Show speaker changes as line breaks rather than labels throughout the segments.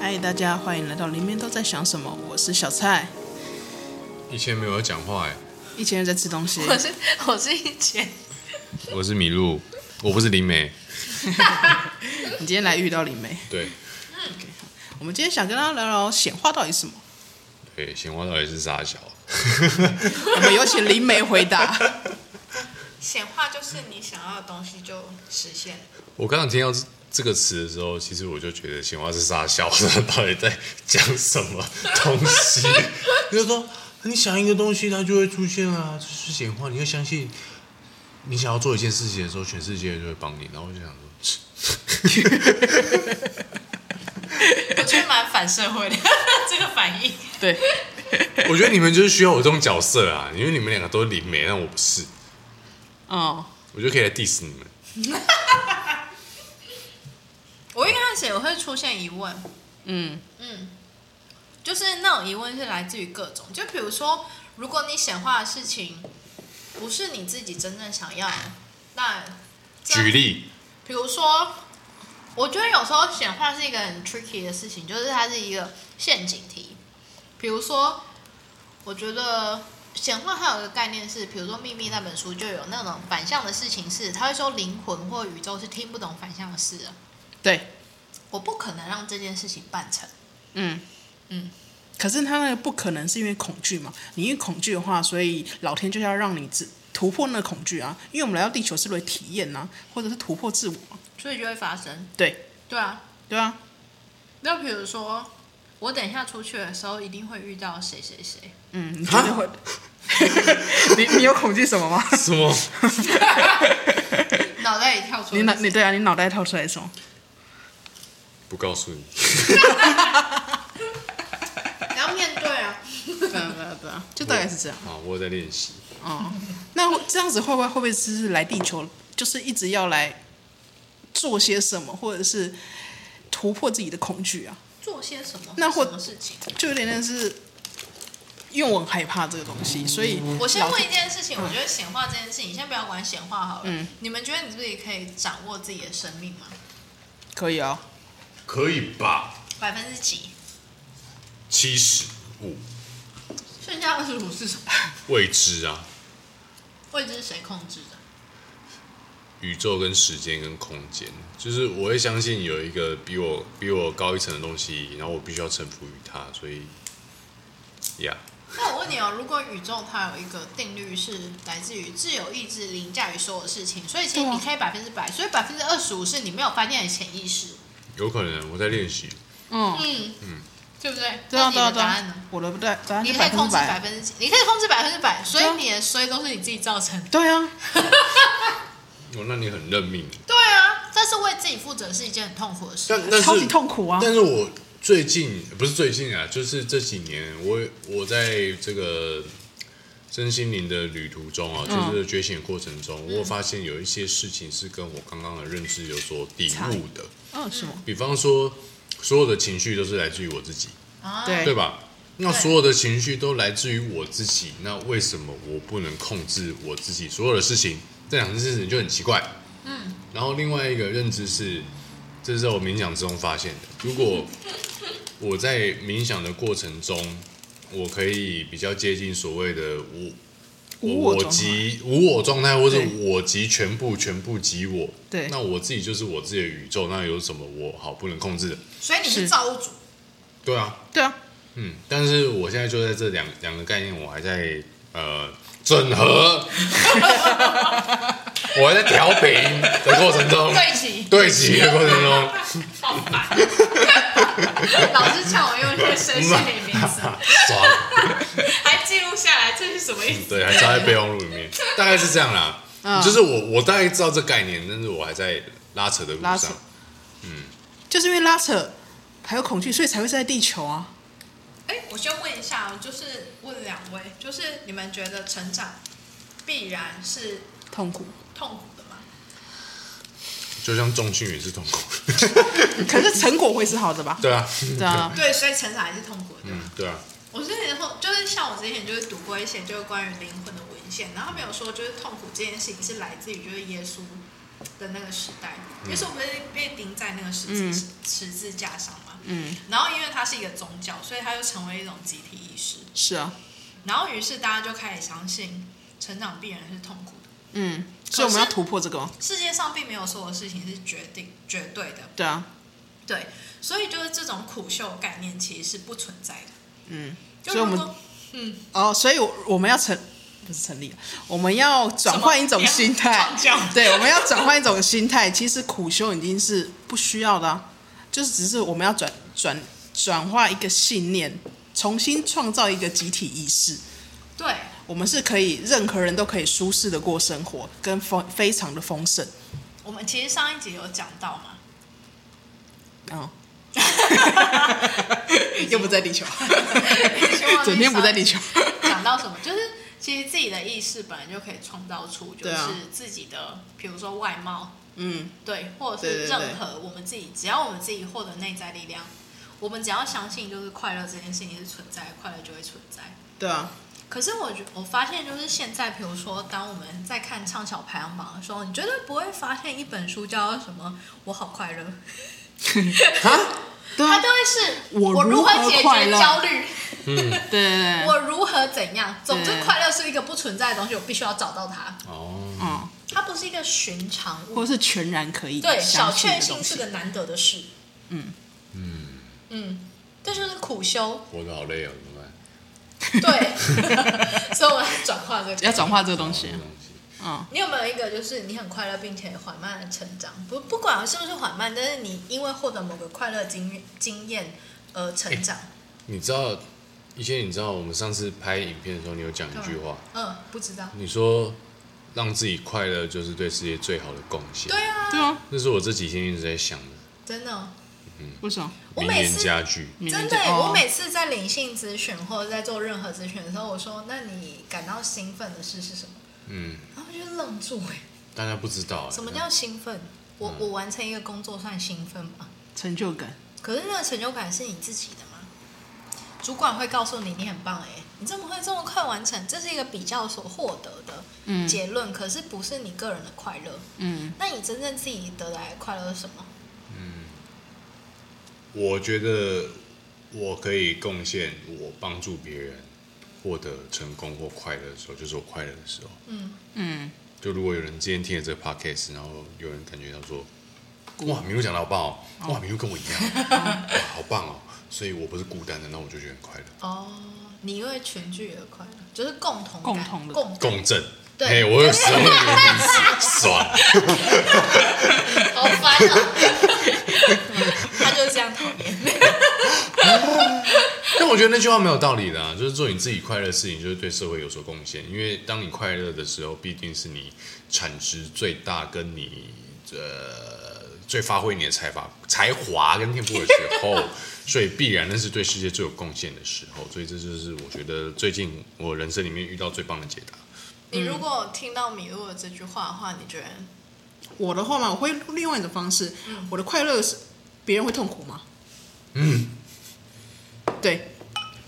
嘿，大家欢迎来到《里面都在想什么》，我是小蔡，
以前没有要讲话哎，
一前人在吃东西。
我是 我是一姐，
我是麋鹿，我不是林梅。
你今天来遇到李梅，
对
我们今天想跟她聊聊显化到底是什么。
对，闲话到底是啥小？
我们有请林梅回答。
显化就是你想要的东西就实现。
我刚刚听到这这个词的时候，其实我就觉得闲话是啥小，他到底在讲什么东西？就是说，啊你想一个东西，它就会出现啊，这就是闲话。你要相信，你想要做一件事情的时候，全世界就会帮你。然后我就想说，
我觉得蛮反社会的 这个反应。
对，
我觉得你们就是需要我这种角色啊，因为你们两个都是灵媒，但我不是，
哦，
我就可以来 diss 你们。
我一开始我会出现疑问，
嗯，
嗯，就是那种疑问是来自于各种，就比如说，如果你显化的事情不是你自己真正想要的，那这样
举例，
比如说，我觉得有时候显化是一个很 tricky 的事情，就是它是一个陷阱题。比如说，我觉得显化它有一个概念是，比如说《秘密》那本书就有那种反向的事情是，他会说灵魂或宇宙是听不懂反向的事的，
对，
我不可能让这件事情办成。
嗯
嗯。
可是他那个不可能是因为恐惧嘛？你因为恐惧的话，所以老天就是要让你自突破那个恐惧啊。因为我们来到地球是来体验呐、或者是突破自我嘛。
所以就会发生。
对，
对啊，
对啊，
那比如说，我等一下出去的时候一定会遇到谁谁谁，
嗯，你绝对会。 你你有恐惧什么吗？
什么？
脑袋里跳出
你脑你对啊，你脑袋掏出来什么？
不告诉你。
你要面对啊。
对啊对啊对啊，就大概是这样。
啊，我有在练习。
哦，那会这样子会不会会不会就是来地球，就是一直要来做些什么，或者是突破自己的恐惧啊？
做些什么？
那或
什么事情？
就有点像是，因为我很害怕这个东西，
嗯
所以
我先
老
问一件事情，我觉得显化这件事情，先不要管显化好了。
嗯
你们觉得你自己可以掌握自己的生命吗？
可以哦，
可以吧？
百分之几？
七十五
剩下二十五是什么？
未知啊，
未知是谁控制的？
宇宙跟时间跟空间，就是我会相信有一个比我比我高一层的东西，然后我必须要臣服于它，所以，呀、
那我问你哦，如果宇宙它有一个定律是来自于自由意志凌驾于所有事情，所以其实
对啊
你可以百分之百，所以百分之二十五是你没有发现的潜意识。
有可能我在练习，
嗯，
嗯嗯，对不对？
对啊
那你
对啊
的
对
答案呢
啊？，我的答答案
你
是
可以
百分
控
之
制百
百，
分之几？你可以控制百分之百，所以
对啊
你的衰都是你自己造成的。
对啊，
哦，那你很认命。
对啊，但是为自己负责是一件很痛苦的事。
但但是
超级痛苦啊
但是我最近不是最近啊，就是这几年我我在这个身心灵的旅途中啊，
嗯
就是觉醒的过程中，我有发现有一些事情是跟我刚刚的认知有所抵
差
触的。
嗯，什么？
比方说，所有的情绪都是来自于我自己，
啊
对
对吧？那
对
所有的情绪都来自于我自己，那为什么我不能控制我自己所有的事情？这两件事情就很奇怪。嗯。然后另外一个认知是，这是在我冥想之中发现的。如果我在冥想的过程中，我可以比较接近所谓的无
无我啊
我
状态
即无我状态，或者
对
我即全部全部即我。
对
那我自己就是我自己的宇宙，那有什么我好不能控制的？
所以你
是
是造物主，
对啊，
对啊，
嗯，但是我现在就在这两两个概念，我还在呃整合， 我还在调频的过程中，
对 齐。
对齐的过程中，
老师叫我用这个声线的名字，
爽，
还记录下来，这是什么意思？
对，还插在备忘录里面，大概是这样啦。
嗯
就是我我大概知道这概念，但是我还在拉扯的路
拉
上
扯。就是因为拉扯还有恐惧，所以才会在地球啊。
哎，我先问一下哦，就是问两位，就是你们觉得成长必然是
痛苦，
痛苦的吗？
就像重训也是痛 苦，
可是成果会是好的吧？
对啊，
对啊，
对，所以成长还是痛苦的，对吧？
嗯，对啊，
我之前后就是像我之前就是读过一些就是关于灵魂的文献，然后他们有说就是痛苦这件事情是来自于就是耶稣的那个时代，耶稣不是被钉在那个十字、
嗯
十字架上吗？嗯，然后因为它是一个宗教，所以它就成为一种集体意识，
是啊，
然后于是大家就开始相信成长必然是痛苦的。
嗯，所以我们要突破这个吗，
世界上并没有所有事情是决定绝对的，
对啊，
对，所以就是这种苦秀概念其实是不存在的。
嗯，
就
所以我
如
们
果嗯，
哦，所以我我们要成不是成立，啊我们要转换一种心态
什么你要，
对，我们要转换一种心态。其实苦修已经是不需要的、啊，就是只是我们要转转转化一个信念，重新创造一个集体意识。
对，
我们是可以任何人都可以舒适的过生活，跟丰非常的丰盛。
我们其实上一集有讲到 嘛，
啊、 又不在地球，整天不在地球。
讲到什么，就是其实自己的意识本来就可以创造出，就
对啊
是自己的，比如说外貌，
嗯，
对，或者
对
是
对对
任何我们自己，只要我们自己获得内在力量，我们只要相信就是快乐这件事情是存在的，快乐就会存在。
对啊，
可是我觉我发现就是现在，比如说当我们在看畅销排行榜的时候，你绝对不会发现一本书叫什么“我好快乐
对”，
它
啊
就，会是
我
我
如
如
何
何解
快
决
乐
焦虑。
对对对，
我如何怎样？总之
对，
快乐是一个不存在的东西，我必须要找到它。
哦，。
嗯，
它不是一个寻常
或者
物，
是全然可以
对，
相
小
信
确
的
幸
东西
是个难得的事。
嗯
嗯，这就是苦修
活得好累哦，怎么办？
对，所以我要转化这
要
个。
转化这个东西
这。东西
嗯，
你有没有一个就是你很快乐并且缓慢的成长？不，不管是不是缓慢，但是你因为获得某个快乐经经验而成长。
你知道，以前你知道我们上次拍影片的时候，你有讲一句话，
嗯，不知道。
你说让自己快乐就是对世界最好的贡献
对。啊，
对啊，
那是我这几天一直在想的
真的哦。
为什么？
我
名
每
言
次
佳句。
明明
真
就
的耶、
哦
我每次在灵性咨询或者在做任何咨询的时候，我说：“那你感到兴奋的事是什么
嗯，？”
然后就愣住哎、
嗯
大家不知道哎
什么叫兴奋？我我完成一个工作算兴奋吗？
成就感，
可是那个成就感是你自己的吗？主管会告诉你你很棒哎、你怎么会这么快完成？这是一个比较所获得的
嗯
结论，可是不是你个人的快乐。
嗯，
那你真正自己得来的快乐是什么？
我觉得我可以贡献，我帮助别人获得成功或快乐的时候，就是我快乐的时候。
嗯
嗯，
就如果有人今天听了这个 podcast，然后有人感觉到说，哇，麋鹿讲的好棒哦，哇，麋鹿跟我一样，哇，好棒哦，所以我不是孤单的，那我就觉得很快乐。
哦，你因为群聚而快乐，就是共同
共
感
同的
共
共振，
对
嘿我有使用这个名词，爽。
好烦 啊！他就是这样讨厌。
但我觉得那句话没有道理的、啊，就是做你自己快乐的事情，就是对社会有所贡献。因为当你快乐的时候，必定是你产值最大，跟你呃最发挥你的才华、才华跟天赋的时候，所以必然那是对世界最有贡献的时候。所以这就是我觉得最近我人生里面遇到最棒的解答。
你如果听到米露的这句话的话，你觉得
我的话嘛，我会另外一种方式。
嗯
我的快乐是别人会痛苦吗？嗯，对，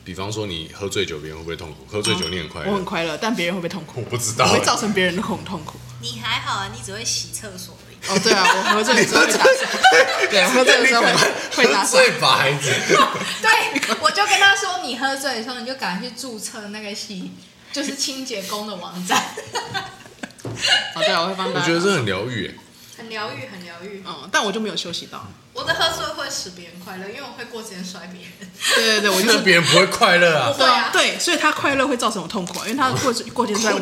比方说，你喝醉酒，别人会不会痛苦？喝醉酒你很快乐，
哦我很快乐，但别人会不会痛 苦
我？不知
我
道、
会造成别人的恐痛苦。
你还好啊？你只会洗厕所而已。
哦，对啊，我喝醉的时候会打 伞，
欸
对，我喝醉的时候会会打
喝
伞。
醉吧，孩子。
对，我就跟他说，你喝醉的时候，你就赶快去注册那个洗，就是清洁工的网站，
哦，对啊，我会帮
我
大家。
觉得这很疗愈欸耶。
很疗愈，很疗愈。
嗯，但我就没有休息到。
我的喝醉会使别人快乐，因为我会过肩摔别人。
对对对，我就
那
是
别人不会快乐啊。
对啊，
不
对，所以他快乐会造成我痛苦啊，因为他过过肩摔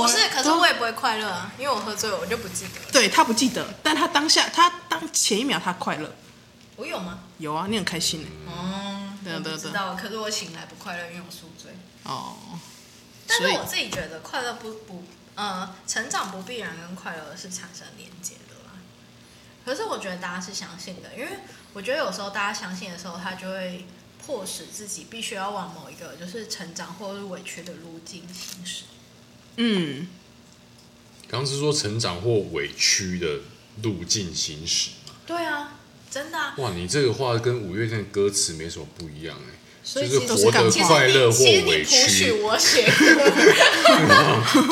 我。
不是，可是我也不会快乐啊，因为我喝醉，我就不记得了。
对他不记得，但他当下他当前一秒他快乐，
我有吗？
有啊，你很开心呢。
哦，
对
我不
对
知
对
道。可是我醒来不快乐，因为我宿醉。
哦，
但是
所以
我自己觉得快乐不不呃，成长不必然跟快乐是产生连接的啦。可是我觉得大家是相信的，因为我觉得有时候大家相信的时候，他就会迫使自己必须要往某一个就是成长或者是委屈的路径行驶。
嗯，
刚刚是说成长或委屈的路径行驶嘛？
对啊，真的、啊。
哇，你这个话跟五月天的歌词没什么不一样哎、
所以
就
其
是
实
活得
其实
快乐或
其实你
委
谱曲
屈。
我 写歌，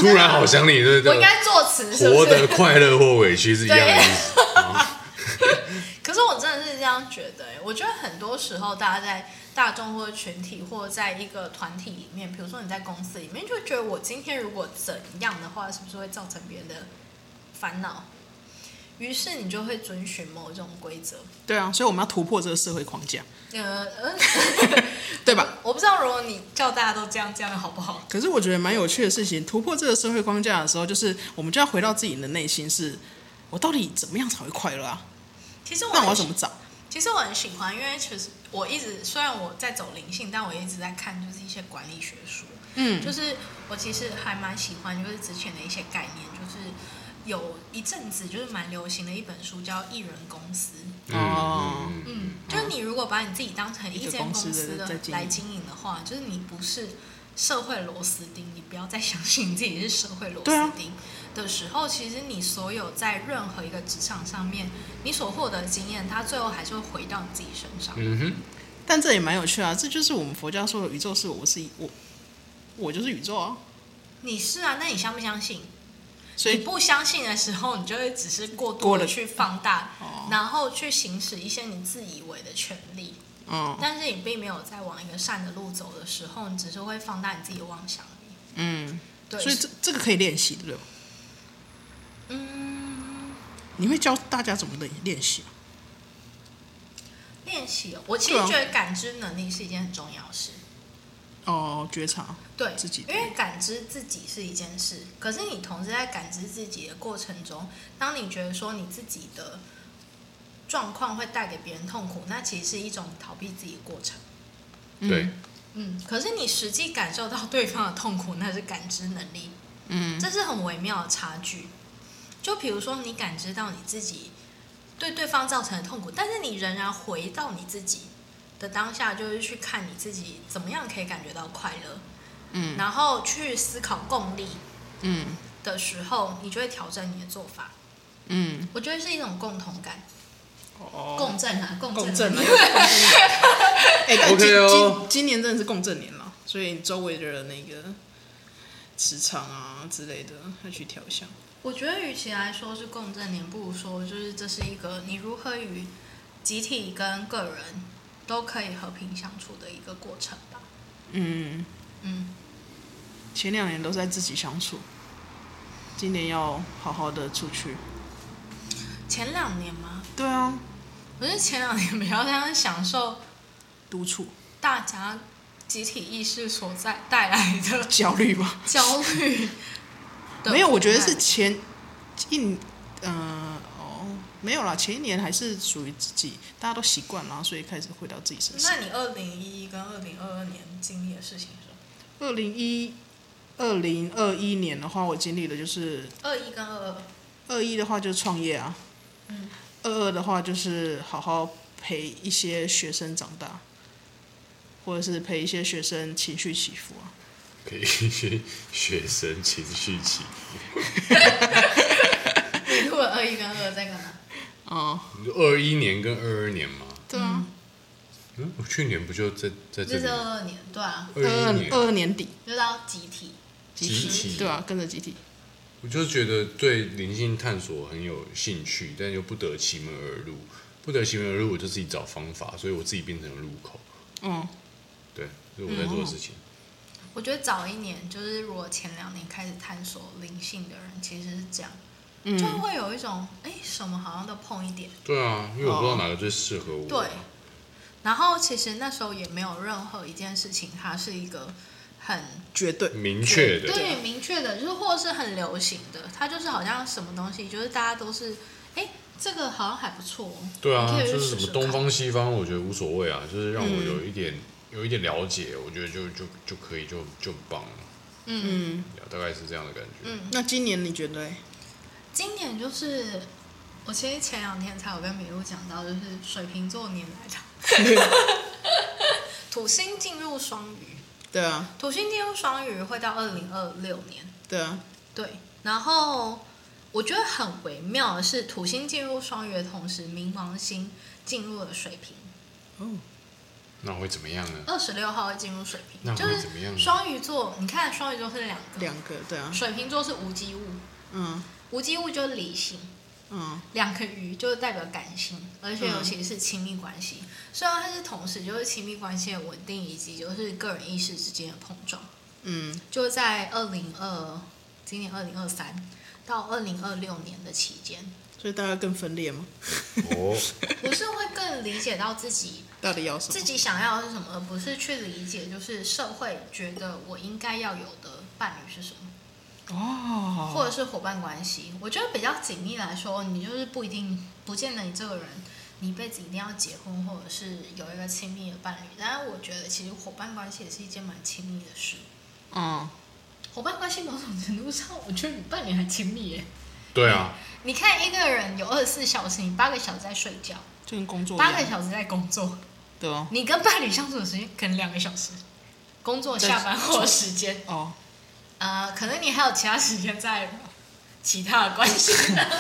突然好想你，对不
我
对？
应该作词是不
活得
是？
快乐或委屈是一样的意思。
可是我真的是这样觉得、欸，我我觉得很多时候大家在大众或者群体或者在一个团体里面，比如说你在公司里面，就会觉得我今天如果怎样的话，是不是会造成别人的烦恼？于是你就会遵循某种规则，
对啊，所以我们要突破这个社会框架，
呃，呃
对吧？
我不知道如果你叫大家都这样，这样好不好？
可是我觉得蛮有趣的事情，突破这个社会框架的时候，就是我们就要回到自己的内心是，我到底怎么样才会快乐啊？
其实我
那我要
很
怎么找？
其实我很喜欢，因为其实我一直虽然我在走灵性，但我一直在看就是一些管理学书，
嗯，
就是我其实还蛮喜欢就是之前的一些概念，就是有一阵子就是蛮流行的一本书叫《艺人公司》，
哦
嗯嗯
嗯，就是你如果把你自己当成
一
一
个
间
公
公
司
司
的在
的
经营
来经营的话，就是你不是社会螺丝钉，你不要再相信你自己是社会螺
对啊
丝钉的时候，其实你所有在任何一个职场上面你所获得的经验，它最后还是会回到你自己身上。
嗯哼，
但这也蛮有趣啊，这就是我们佛教说的宇宙是我，我是我，我就是宇宙啊。
你是啊，那你相不相信？
所
你
以
不相信的时候，你就会只是过
过
度
了
的去放大，
哦
然后去行使一些你自以为的权利，
嗯
但是你并没有在往一个善的路走的时候，你只是会放大你自己的妄想而已。
嗯，
对，
所以这这个可以练习，对不对？
嗯，
你会教大家怎么的练习啊？
练习哦，我其实
对啊
觉得感知能力是一件很重要的事。
哦，觉察，
对
自己
因为感知自己是一件事，可是你同时在感知自己的过程中，当你觉得说你自己的状况会带给别人痛苦，那其实是一种逃避自己的过程。
嗯
对，
嗯，可是你实际感受到对方的痛苦，那是感知能力，
嗯，
这是很微妙的差距。就比如说，你感知到你自己对对方造成的痛苦，但是你仍然回到你自己的当下，就是去看你自己怎么样可以感觉到快乐，
嗯
然后去思考共利
嗯
的时候，你就会调整你的做法。
嗯，
我觉得是一种共同感，
哦，
共振啊，共
共
振
振了。
啊
共振了哎，但
OK
今
哦
今今年真的是共振年了，所以周围的那个磁场啊之类的要去调一下。
我觉得，与其来说是共振年，不如说就是这是一个你如何与集体跟个人都可以和平相处的一个过程吧。
嗯，
嗯，
前两年都是在自己相处，今年要好好的出去。
前两年吗？
对啊，
我觉得前两年比较像享受
独处
大家集体意识所在带来的
焦虑吧。
焦虑。
没有，我觉得是前一呃哦没有啦，前一年还是属于自己，大家都习惯啦，所以开始回到自己身上。
那你二零一一跟二零二二年经历的事情是什么？
二零一二零二一年的话，我经历的就是
二一跟二二，
二一的话就是创业啊，
嗯，
二二的话就是好好陪一些学生长大，或者是陪一些学生情绪起伏啊。
给一些学生情绪起。
你录了二一跟二二在干嘛？
哦，
二一年跟二二年嘛，
对啊，
嗯，我去年不就在在这
这
里
是？二二年，对啊，
二
二一
二
年，
二年底
就到集体。
嗯集体
对啊，跟着集体。
我就觉得对灵性探索很有兴趣，但又不得其门而入。不得其门而入，我就自己找方法，所以我自己变成了入口。
嗯，
对，这是我在做的事情。
嗯我觉得早一年，就是如果前两年开始探索灵性的人，其实是这样，
嗯
就会有一种哎、诶什么好像都碰一点。
对啊，因为我不知道哪个最适合我。
对，然后其实那时候也没有任何一件事情，它是一个很
绝对。
明确的。
对于明确的，就是或是很流行的，它就是好像什么东西，就是大家都是哎、诶这个好像还不错哦，
对啊
你，可以去
就是什
试试
么东
看嗯
方西方，我觉得无所谓啊，就是让我有一点、有一点了解，我觉得就就就可以就就很棒了，
嗯，
嗯。
大概是这样的感觉。
嗯
那今年你觉得欸？
今年就是我其实前两天才有跟米露讲到，就是水瓶座年来 的土星进入双鱼，
对啊，
土星进入双鱼会到二零二六年，
对啊，
对。然后我觉得很微妙的是，土星进入双鱼的同时，冥王星进入了水瓶，
哦，
那会怎么样 呢？
二十六号会进入水
那
瓶，就
会
是
怎么样呢
双鱼座。你看双鱼座是两个，
两个，对啊，
水瓶座是无机物，
嗯
无机物就是理性，
嗯，
两个鱼就代表感性，而且尤其是亲密关系，虽然它是同时就是亲密关系的稳定以及就是个人意识之间的碰撞，
嗯，
就在二零二今年二零二三到二零二六年的期间，
所以大家更分裂吗？
哦，
不是会更理解到自己
到底要什
自
么？
己想要的是什么，而不是去理解就是社会觉得我应该要有的伴侣是什么，
哦，
或者是伙伴关系。我觉得比较紧密来说，你就是不一定，不见得你这个人你一辈子一定要结婚，或者是有一个亲密的伴侣。但是我觉得其实伙伴关系也是一件蛮亲密的事。
嗯，
伙伴关系某种程度上，我觉得比伴侣还亲密耶。
对啊，
你看一个人有二十四小时，你八个小时在睡觉，
就跟工作一
八个
样，
小时在工作，
对哦，
你跟伴侣相处的时间可能两个小时，工作
对
下班后的时间，
哦，
呃，可能你还有其他时间在其他的 关系，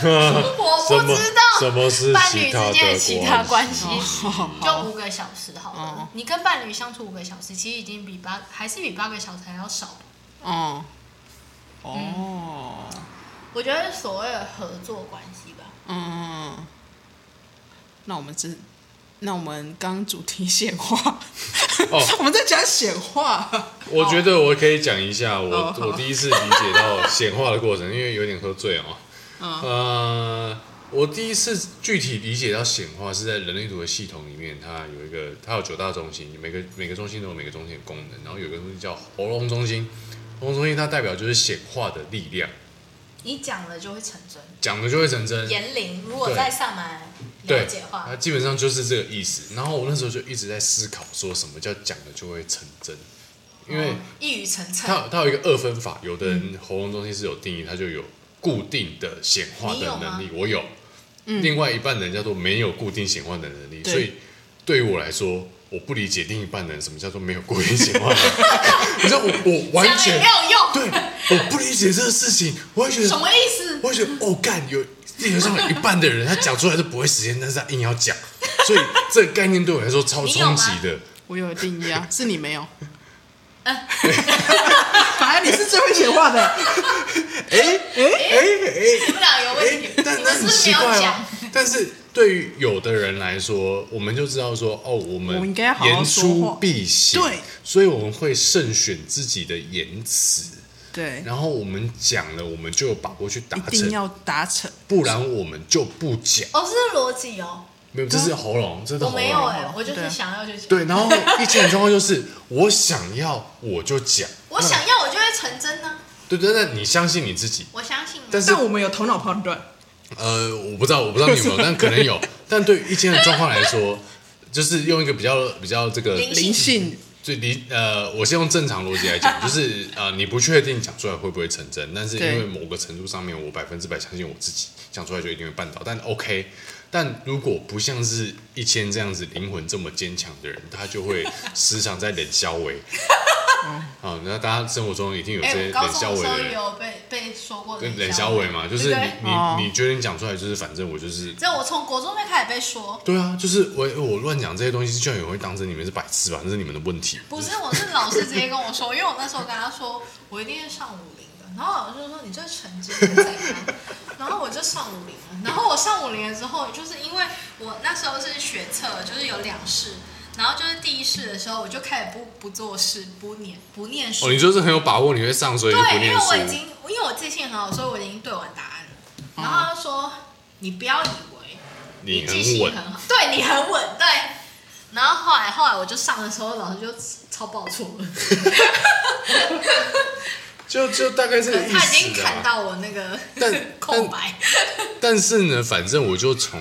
我不知
什
道。
么是
伴
其
侣
他
之间的其他关系
哦
就五个小时好了，
哦
你跟伴侣相处五个小时，其实已经比八还是比八个小时还要少。
哦，
嗯
哦，
我觉得所谓的合作关系吧，
嗯，那我们这，那我们刚主题显化，
哦
我们在讲显化，
我觉得我可以讲一下我、
哦好
我第一次理解到显化的过程，因为有点喝醉啊、
嗯
呃，我第一次具体理解到显化是在人类图的系统里面，它有一个，它有九大中心，每个每个中心都有每个中心的功能，然后有一个东西叫喉咙中心，喉咙中心它代表就是显化的力量，
你讲了就会成真。
讲的就会成真。
言灵如果
对
在上来了
对啊
解的，
哦
话
它，基本上就是这个意思。然后我那时候就一直在思考，说什么叫讲的就会成真，因为。
嗯一语成
它有
谶。
它有一个二分法，有的人喉咙中心是有定义，它就有固定的显化的能力
你，
我有。另外一半的人叫做没有固定显化的能力，
对
所以对于我来说，我不理解另一半的人什么叫做没有固定显化的能力。你知道我我完
讲也
全
没有用，
对，我不理解这个事情，我会觉
什
得，
么意思？
我会觉得哦，干有地球上有一半的人他讲出来是不会实现，但是他硬要讲，所以这个概念对我来说超
你有
冲
吗
击的。
我有定义啊， 是你没有，
呃
反正你是最会显化的，
哎哎哎哎
你们俩有问题
哎，，但但
你们
很
是
奇
没
怪
有
哦
讲。。
但是对于有的人来说，我们就知道说，哦，我们
我应该好好
言
说话
出必行，
对，
所以我们会慎选自己的言辞，
对，
然后我们讲了，我们就有把握去达
一定
成，
要达成，
不然我们就不讲。
哦，这是逻辑哦，
没有，这是喉咙，这是
我
喉咙。
没有哎、我就
对
是想要就讲，
对，然啊后一千种状况就是，我想要我就讲，
我想要我就会成真呢、啊
那，对对，那你相信你自己，
我相信啊。
但是
但我们有头脑判断，
呃，我不知道，我不知道你 有没有，但可能有。但对于一千的状况来说，就是用一个比较比较这个
灵
灵性，
最理呃，我先用正常逻辑来 讲，就是呃，你不确定讲出来会不会成真，但是因
对
为某个程度上面，我百分之百相信我自己讲出来就一定会办到。但 OK，但如果不像是一千这样子灵魂这么坚强的人，他就会时常在冷消微。 好，那大家生活中一定有这
哎、
些
我高
冷消
中
微
的时候
的
也
人，
有被被说过
跟
冷
冷
笑
消
话
微嘛，就是你
对
你
哦
你觉得你讲出来就是，反正我就是
这我从国中就开始被说，
对啊，就是我我乱讲这些东西，居然有人会当成你们是白痴吧？那是你们的问题。
不是，我是老师直接跟我说，因为我那时候跟他说我一定是上五零的，然后老师就说你这成绩怎样？ 然后我就上五零了，然后我上五零了之后，就是因为我那时候是学测，就是有两试，然后就是第一试的时候我就开始不不做事，不念不念书，
哦，你就是很有把握，你会上，所以你不
对，因
念
为
书
我。已经，因为我记性很好，所以我已经对完答案了。然后他就说：“你不要以为
你
记
很
性
稳，
很好，对你很稳，对。”然后后来后来我就上的时候，老师就超爆错 了，
就就大概这个意
他已经
思
看
啊。
到我那个
但
空白。
但是呢，反正我就从，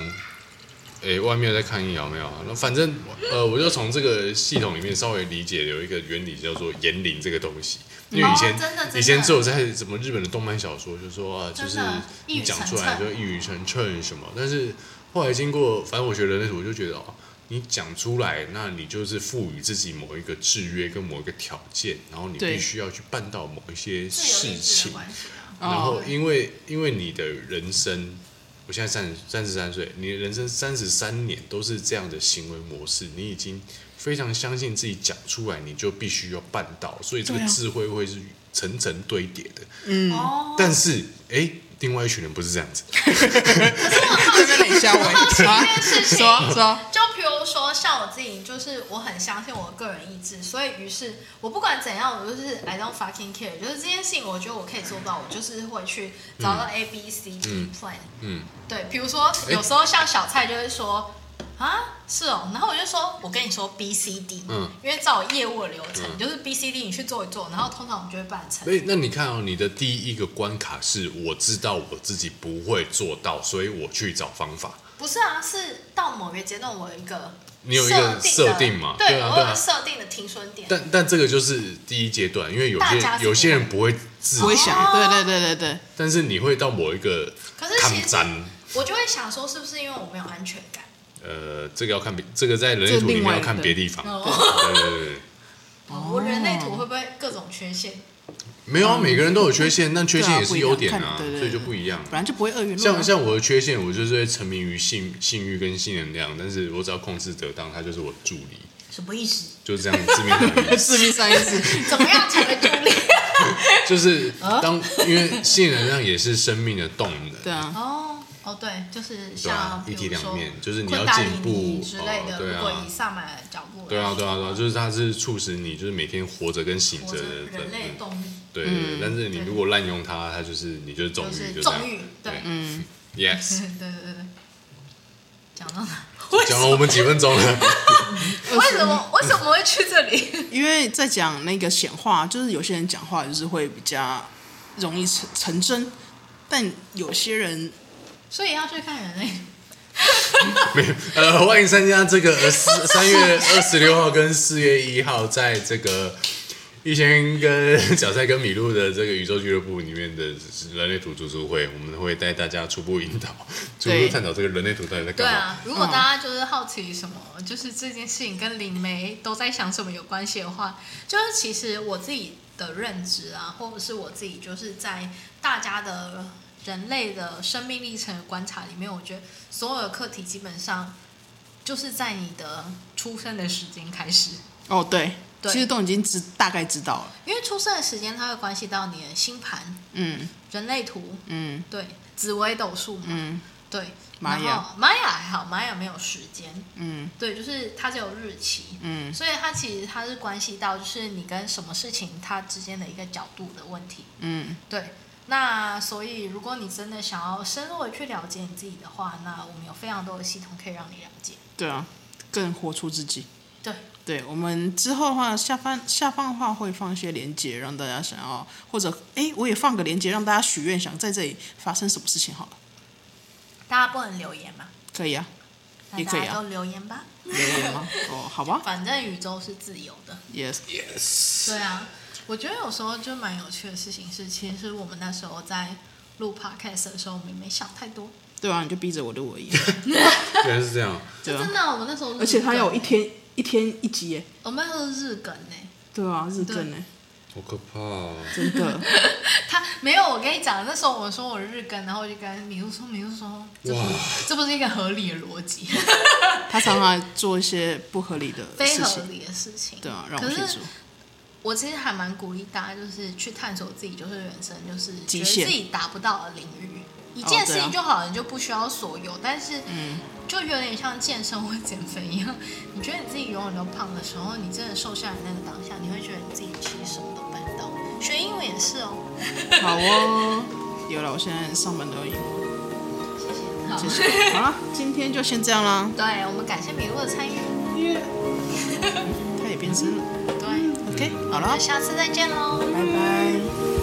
诶，外面在看疫苗没有啊？那反正呃，我就从这个系统里面稍微理解有一个原理叫做言灵这个东西。因为以前、
哦真的真的
以前只有在什么日本的动漫小说，就说啊，就是
真的一
你
语
讲
成
出来
谶
就一语成谶什么，但是后来经过，反正我学人类图，我就觉得哦，你讲出来，那你就是赋予自己某一个制约跟某一个条件，然后你
对
必须要去办到某一些
自由
事
意志
情
的。关系啊，
然
哦
后因为因为你的人生，我现在三三十三岁，你的人生三十三年都是这样的行为模式，你已经非常相信自己讲出来，你就必须要办到，所以这个
对啊
智慧会是层层堆叠的。
嗯，
哦，
但是，哎，另外一群人不是这样子。
可是我好
这边
奇，
冷笑
我好奇
话
啊
一件事情，
说说
就比如说像我自己，就是我很相信我个人意志，所以于是我不管怎样，我就是 I don't fucking care，就是这件事情，我觉得我可以做到，我就是会去找到 A B C D
嗯
plan。
嗯，
对，比如说有时候像小蔡就会说。啊，是哦，然后我就说，我跟你说 B C D，
嗯
因为照我业务的流程，
嗯
就是 B C D 你去做一做，然后通常我们就会办成。
所以那你看哦，你的第一个关卡是我知道我自己不会做到，所以我去找方法。
不是啊，是到某一个阶段，我有一个
你有一个
设
设定嘛
对
对啊
我
对
有
啊
个设定的停损点。
但但这个就是第一阶段，因为有
大
些
家是
有些
不会
人不会自
不会
己
想，对对对对对，
但是你会到某一个
可是其
抗
实
战，
我就会想说，是不是因为我没有安全感？
呃，这个要看别，这个在人类
这
图
另
里面
外
要
一
看
个
别地方。
哦，
对对对对，
我人类图会不会各种缺陷？
没有啊，每个人都有缺陷，但缺
对
陷
啊
也是
不一样
优点
看
啊，
对对对
所以就不一样。
本来就不会二元论啊。
像像我的缺陷，我就是会沉迷于性性欲跟性能量，但是我只要控制得当，它就是我的助理，
什么意思？
就是这样致命 的
致命伤一次，
怎么样才能助 力？
就是当因为性能量也是生命的动能，
对啊，
哦哦，对，就是
对啊
像，
一
比
体
如
两
说
面，就是你要
昆达
进
里尼
步
之类
哦
的。
对
如果
啊
以，上满的角度来说，
对啊，对啊，对啊，就是它是促使你就是每天活着跟醒
活
着
着
的本
人类
能，
动力
对对
嗯
对，但是你
对
如果滥用它，它就是你就是纵
就
欲，
是
就这
纵
样，
欲，对，
嗯，
，yes，
对对对对。讲到哪？
讲了我们几分钟了，
为什么为什么会去这里？
因为在讲那个显化，就是有些人讲话就是会比较容易成成真，但有些人
所以要去看人类。
呃，欢迎参加这个呃四三月二十六号跟四月一号在这个逸轩跟小蔡跟米露的这个宇宙俱乐部里面的人类图读书会，我们会带大家初步引导、初步
对
探讨这个人类图到底在
对
干嘛。
啊，如果大家就是好奇什么，就是这件事情跟灵媒都在想什么有关系的话，就是其实我自己的认知啊，或者是我自己就是在大家的人类的生命历程的观察里面，我觉得所有的课题基本上就是在你的出生的时间开始。
哦对，
对
其实都已经知大概知道了，
因为出生的时间，它会关系到你的星盘、
嗯
人类图，
嗯
对，紫微斗数嘛，
嗯
对，
玛雅
然后玛雅还好，玛雅没有时间，
嗯
对，就是它只有日期，
嗯
所以它其实它是关系到就是你跟什么事情它之间的一个角度的问题。
嗯，
对，那所以如果你真的想要深入的去了解你自己的话，那我们有非常多的系统可以让你了解。
对啊，更活出自己。
对，
对我们之后的话，下方下方的话会放一些连接，让大家想要或者哎，我也放个连接，让大家许愿，想在这里发生什么事情好了，
大家不能留言嘛，
可以啊，
那
也可以
大
啊
家都留言吧，
留言吗？哦，好吧
反正宇宙是自由的。
，yes，
对啊，我觉得有时候就蛮有趣的事情是，其实我们那时候在录 podcast 的时候，我们也没想太多。
对啊，你就逼着我录而 已，
原来是这样，
对啊
真，的啊，我们那时候日
而且它
更
有
欸
一，天一天一集耶，
我们那时候日更呢、
对啊，日更哎，
好可怕、哦！
啊真的，
他没有，我跟你讲，那时候我说我日更，然后我就跟米露说，米露说，这不
哇
这不是一个合理的逻 辑，
他常常做一些不合理的
非
事
合
情，
理的事情。
对啊，让我
可
去
是
做，
我其实还蛮鼓励大家，就是去探索自己，就是人生，就是觉
极
得
限
自己达不到的领域，一件事
对啊
情就好了，你就不需要所有，但是。
嗯，
就有点像健身或减肥一样，你觉得你自己永远都胖的时候，你真的瘦下来那个当下，你会觉得你自己其实什么都办不到。学英文也是哦，
好哦，有了，我现在上班都有赢，
谢谢。好，
谢 谢，好了，今天就先这样啦，
对我们感谢米露的参与，
他也变身了
对，
，OK，好
那
了，
下次再见喽。
拜拜。